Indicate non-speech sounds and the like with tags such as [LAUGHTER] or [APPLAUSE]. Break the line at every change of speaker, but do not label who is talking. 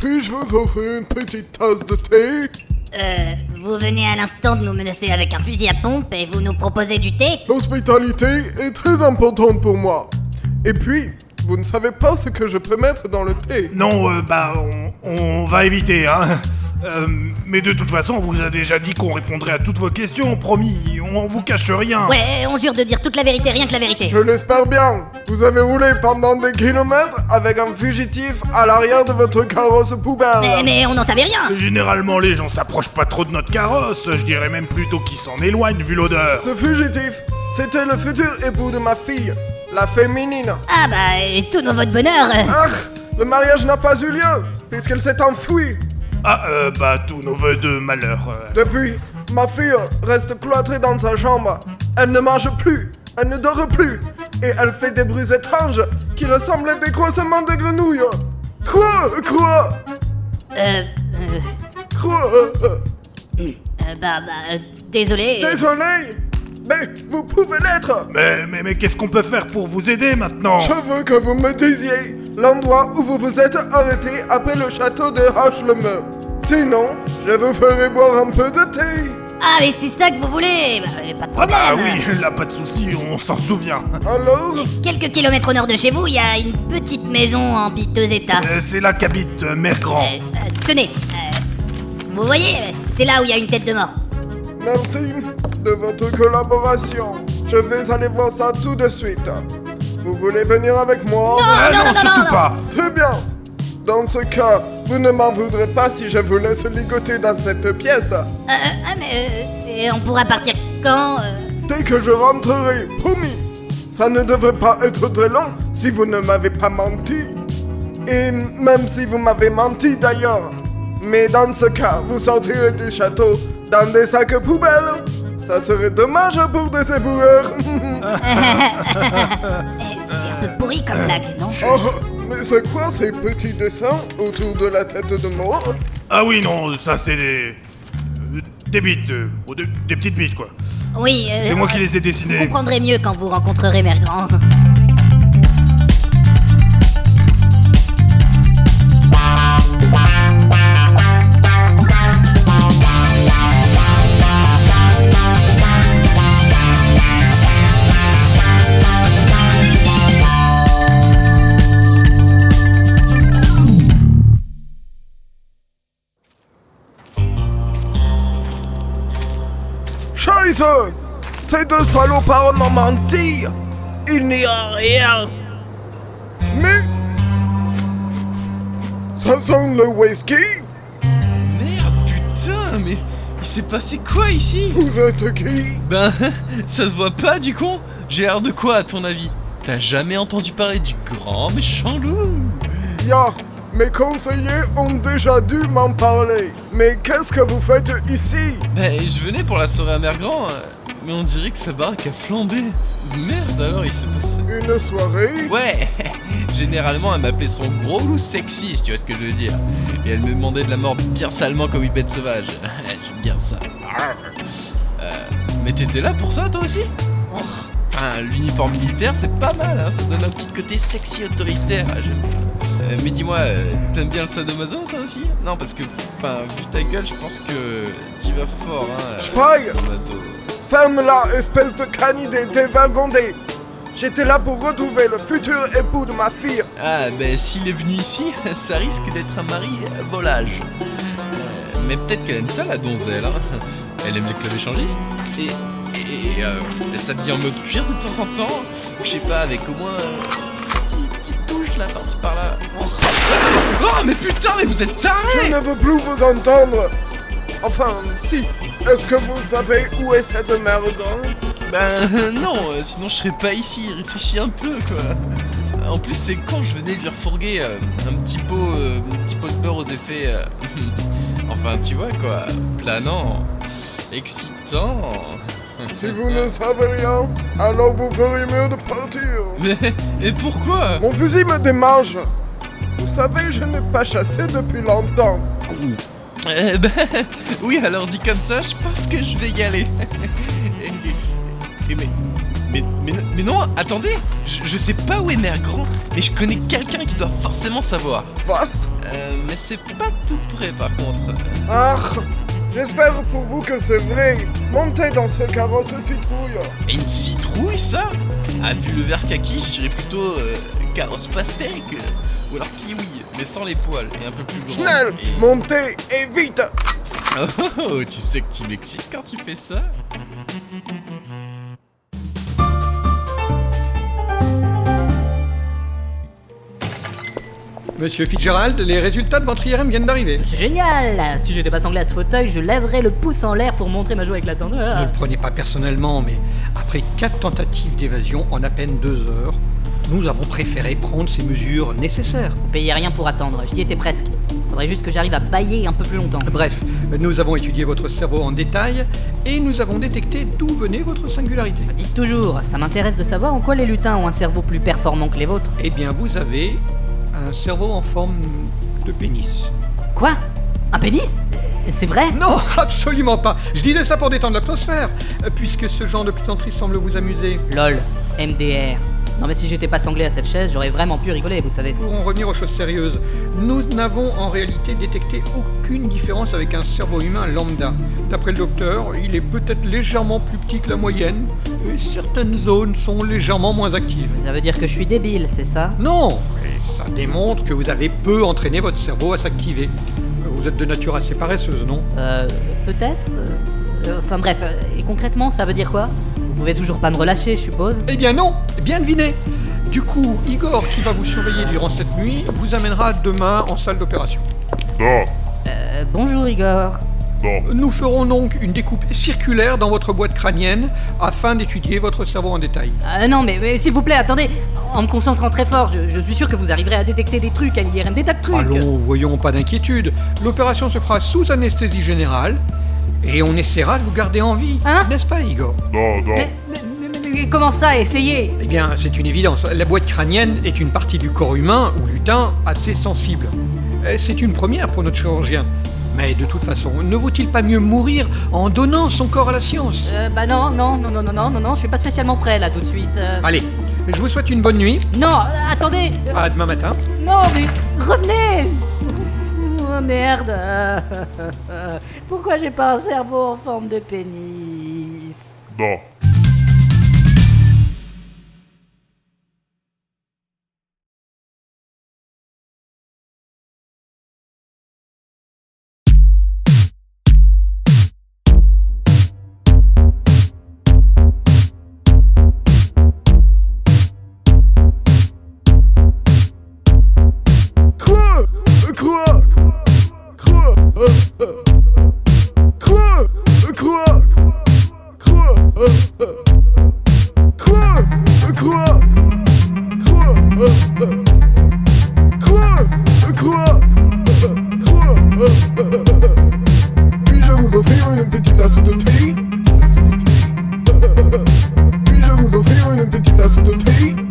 Puis-je vous offrir une petite tasse de thé
Euh, vous venez à l'instant de nous menacer avec un fusil à pompe et vous nous proposez du thé
L'hospitalité est très importante pour moi. Et puis, vous ne savez pas ce que je peux mettre dans le thé.
Non, euh, bah, on, on va éviter, hein. Euh, mais de toute façon, on vous a déjà dit qu'on répondrait à toutes vos questions, promis, on, on vous cache rien.
Ouais, on jure de dire toute la vérité, rien que la vérité.
Je l'espère bien. Vous avez roulé pendant des kilomètres avec un fugitif à l'arrière de votre carrosse poubelle.
Mais, mais on n'en savait rien
Généralement, les gens s'approchent pas trop de notre carrosse, je dirais même plutôt qu'ils s'en éloignent vu l'odeur.
Ce fugitif, c'était le futur époux de ma fille, la féminine.
Ah bah, et tout nos votes bonheur euh,
Ah Le mariage n'a pas eu lieu, puisqu'elle s'est enfuie.
Ah, euh, bah, tous nos voeux de malheur. euh.
Depuis, ma fille reste cloîtrée dans sa chambre. Elle ne mange plus, elle ne dort plus, et elle fait des bruits étranges qui ressemblent à des croissements de grenouilles. Quoi Quoi
Ah.
euh, euh,
Quoi euh, euh,
euh, Bah, bah, euh, désolé. euh,
Désolé Mais vous pouvez l'être
Mais, mais, mais qu'est-ce qu'on peut faire pour vous aider maintenant
Je veux que vous me disiez l'endroit où vous vous êtes arrêté après le château de Hachelmeux. Sinon, je vous ferai boire un peu de thé.
Ah, mais c'est ça que vous voulez Bah, euh, pas de
Ah
problème
bah oui, [LAUGHS] là, pas de souci, on s'en souvient.
Alors
Quelques kilomètres au nord de chez vous, il y a une petite maison en piteux état.
Euh, C'est là qu'habite euh, Mère Grand.
Euh, euh, tenez, euh, vous voyez, euh, c'est là où il y a une tête de mort.
Merci de votre collaboration. Je vais aller voir ça tout de suite. Vous voulez venir avec moi
Ah
Oh, non, non,
non,
non,
surtout
non.
pas
Très bien. Dans ce cas, vous ne m'en voudrez pas si je vous laisse ligoter dans cette pièce.
Euh, ah, mais euh, et on pourra partir quand euh,
Dès que je rentrerai, promis. Ça ne devrait pas être très long si vous ne m'avez pas menti. Et même si vous m'avez menti d'ailleurs. Mais dans ce cas, vous sortirez du château dans des sacs poubelles. Ça serait dommage pour des éboueurs.
eh, C'était un peu pourri comme blague, non
Oh, mais c'est quoi ces petits dessins autour de la tête de mort
Ah oui, non, ça c'est des. euh, Des bites, euh, ou des, des petites bites quoi.
Oui, euh,
C'est moi qui
euh,
les ai
Vous
dessinées.
comprendrez mieux quand vous rencontrerez Mergrand.
Scheiße Ces deux salopards m'ont menti Il n'y a rien Mais... Ça sent le whisky
Merde, Ah, putain, mais il s'est passé quoi ici
Vous êtes qui
Ben, [LAUGHS] ça se voit pas du con J'ai l'air de quoi à ton avis T'as jamais entendu parler du grand méchant loup
Ya, mes conseillers ont déjà dû m'en parler. Mais qu'est-ce que vous faites ici
Ben, je venais pour la soirée à Mère Grand, euh, mais on dirait que sa baraque a flambé. Merde, alors il s'est passé...
Une soirée
Ouais [LAUGHS] Généralement, elle m'appelait son gros loup sexy, si tu vois ce que je veux dire. Et elle me demandait de la mort bien salement comme une bête sauvage. [LAUGHS] J'aime bien ça. Euh, mais t'étais là pour ça, toi aussi Enfin, L'uniforme militaire, c'est pas mal, hein, ça donne un petit côté sexy autoritaire. ah, J'aime bien. Euh, mais dis-moi, euh, t'aimes bien le sadomaso, toi aussi Non, parce que, enfin, vu ta gueule, je pense que t'y vas fort, hein.
Schweig
sadomaso.
Ferme-la, espèce de canidé dévagondé J'étais là pour retrouver le futur époux de ma fille.
Ah, ben s'il est venu ici, [LAUGHS] ça risque d'être un mari euh, volage. Euh, Mais peut-être qu'elle aime ça, la donzelle. hein. Elle aime les clubs échangistes. Et, et euh, elle s'habille en mode cuir de temps en temps. Je sais pas, avec au moins euh, une petite, petite touche là, par-ci par-là. Oh, mais putain, mais vous êtes
Je
tarés
ne veux plus vous entendre. Enfin, si. Est-ce que vous savez où est cette merde
Ben [LAUGHS] euh, non, euh, sinon je serais pas ici, réfléchis un peu quoi. En plus c'est quand je venais de lui refourguer euh, un petit pot euh, un petit pot de beurre aux effets euh, [LAUGHS] enfin tu vois quoi, planant, excitant.
Si vous ne savez rien, alors vous ferez mieux de partir.
[LAUGHS] Mais et pourquoi
Mon fusil me démange. Vous savez, je n'ai pas chassé depuis longtemps.
Eh ben [LAUGHS] oui, alors dit comme ça, je pense que je vais y aller. [LAUGHS] Et- et- mais, mais, mais, non- mais non, attendez, je, je sais pas où est Mère Grand, mais je connais quelqu'un qui doit forcément savoir.
Vas
Euh, mais c'est pas tout près par contre. Euh,
Ah J'espère pour vous que c'est vrai. Montez dans ce carrosse citrouille.
Et une citrouille ça Ah vu le verre kaki, je dirais plutôt euh, carrosse pastèque. euh, Ou alors kiwi, mais sans les poils et un peu plus grand.
Schnell,
Et- [LAUGHS]
montez et vite.
Oh, oh, oh, tu sais que tu m'excites quand tu fais ça
Monsieur Fitzgerald, les résultats de votre IRM viennent d'arriver.
C'est génial Si j'étais pas sanglé à ce fauteuil, je lèverais le pouce en l'air pour montrer ma joie éclatante.
Ne
Ah.
le prenez pas personnellement, mais après quatre tentatives d'évasion en à peine deux heures, nous avons préféré prendre ces mesures nécessaires.
Vous payez rien pour attendre, j'y étais presque. Faudrait juste que j'arrive à bailler un peu plus longtemps.
Ah, Bref, nous avons étudié votre cerveau en détail et nous avons détecté d'où venait votre singularité.
Dites toujours, ça m'intéresse de savoir en quoi les lutins ont un cerveau plus performant que les vôtres.
Eh bien, vous avez un cerveau en forme de pénis.
Quoi Un pénis C'est vrai
Non, [LAUGHS] absolument pas. Je disais ça pour détendre l'atmosphère, puisque ce genre de plaisanterie semble vous amuser.
LOL, MDR. Non mais si j'étais pas sanglé à cette chaise, j'aurais vraiment pu rigoler, vous savez.
Pour en revenir aux choses sérieuses, nous n'avons en réalité détecté aucune différence avec un cerveau humain lambda. D'après le docteur, il est peut-être légèrement plus petit que la moyenne, et certaines zones sont légèrement moins actives.
Ça veut dire que je suis débile, c'est ça
Non mais Ça démontre que vous avez peu entraîné votre cerveau à s'activer. Vous êtes de nature assez paresseuse, non
Euh, peut-être euh, euh, Enfin bref, euh, et concrètement, ça veut dire quoi Vous pouvez toujours pas me relâcher, je suppose.
Eh bien non Bien deviné Du coup, Igor, qui va vous surveiller durant cette nuit, vous amènera demain en salle d'opération.
Bon,
Euh, bonjour Igor.
bon,
Nous ferons donc une découpe circulaire dans votre boîte crânienne afin d'étudier votre cerveau en détail.
Ah non, mais, mais s'il vous plaît, attendez. En me concentrant très fort, je, je suis sûr que vous arriverez à détecter des trucs à l'IRM, des tas de trucs.
Allons, voyons, pas d'inquiétude. L'opération se fera sous anesthésie générale et on essaiera de vous garder en vie,
Hein
n'est-ce pas, Igor
bon, bon.
Mais, mais- mais- mais comment ça, essayez
Eh bien, c'est une évidence. La boîte crânienne est une partie du corps humain ou lutin assez sensible. Euh, C'est une première pour notre chirurgien. Mais de toute façon, ne vaut-il pas mieux mourir en donnant son corps à la science
euh, Bah non, non, non, non, non, non, non, non, je suis pas spécialement prêt là tout de suite. euh.
Allez, je vous souhaite une bonne nuit.
Non, euh, attendez. euh,
À demain matin.
Non, mais revenez Oh merde [LAUGHS] euh, Pourquoi j'ai pas un cerveau en forme de pénis
bon.
Quoi Quoi Quoi Euh, euh. Quoi Quoi Quoi Euh, euh. Quoi Quoi Quoi Euh, euh. Quoi Quoi Euh, Quoi Euh, euh. Puis-je vous offrir une petite tasse de thé Puis-je vous offrir une petite tasse de thé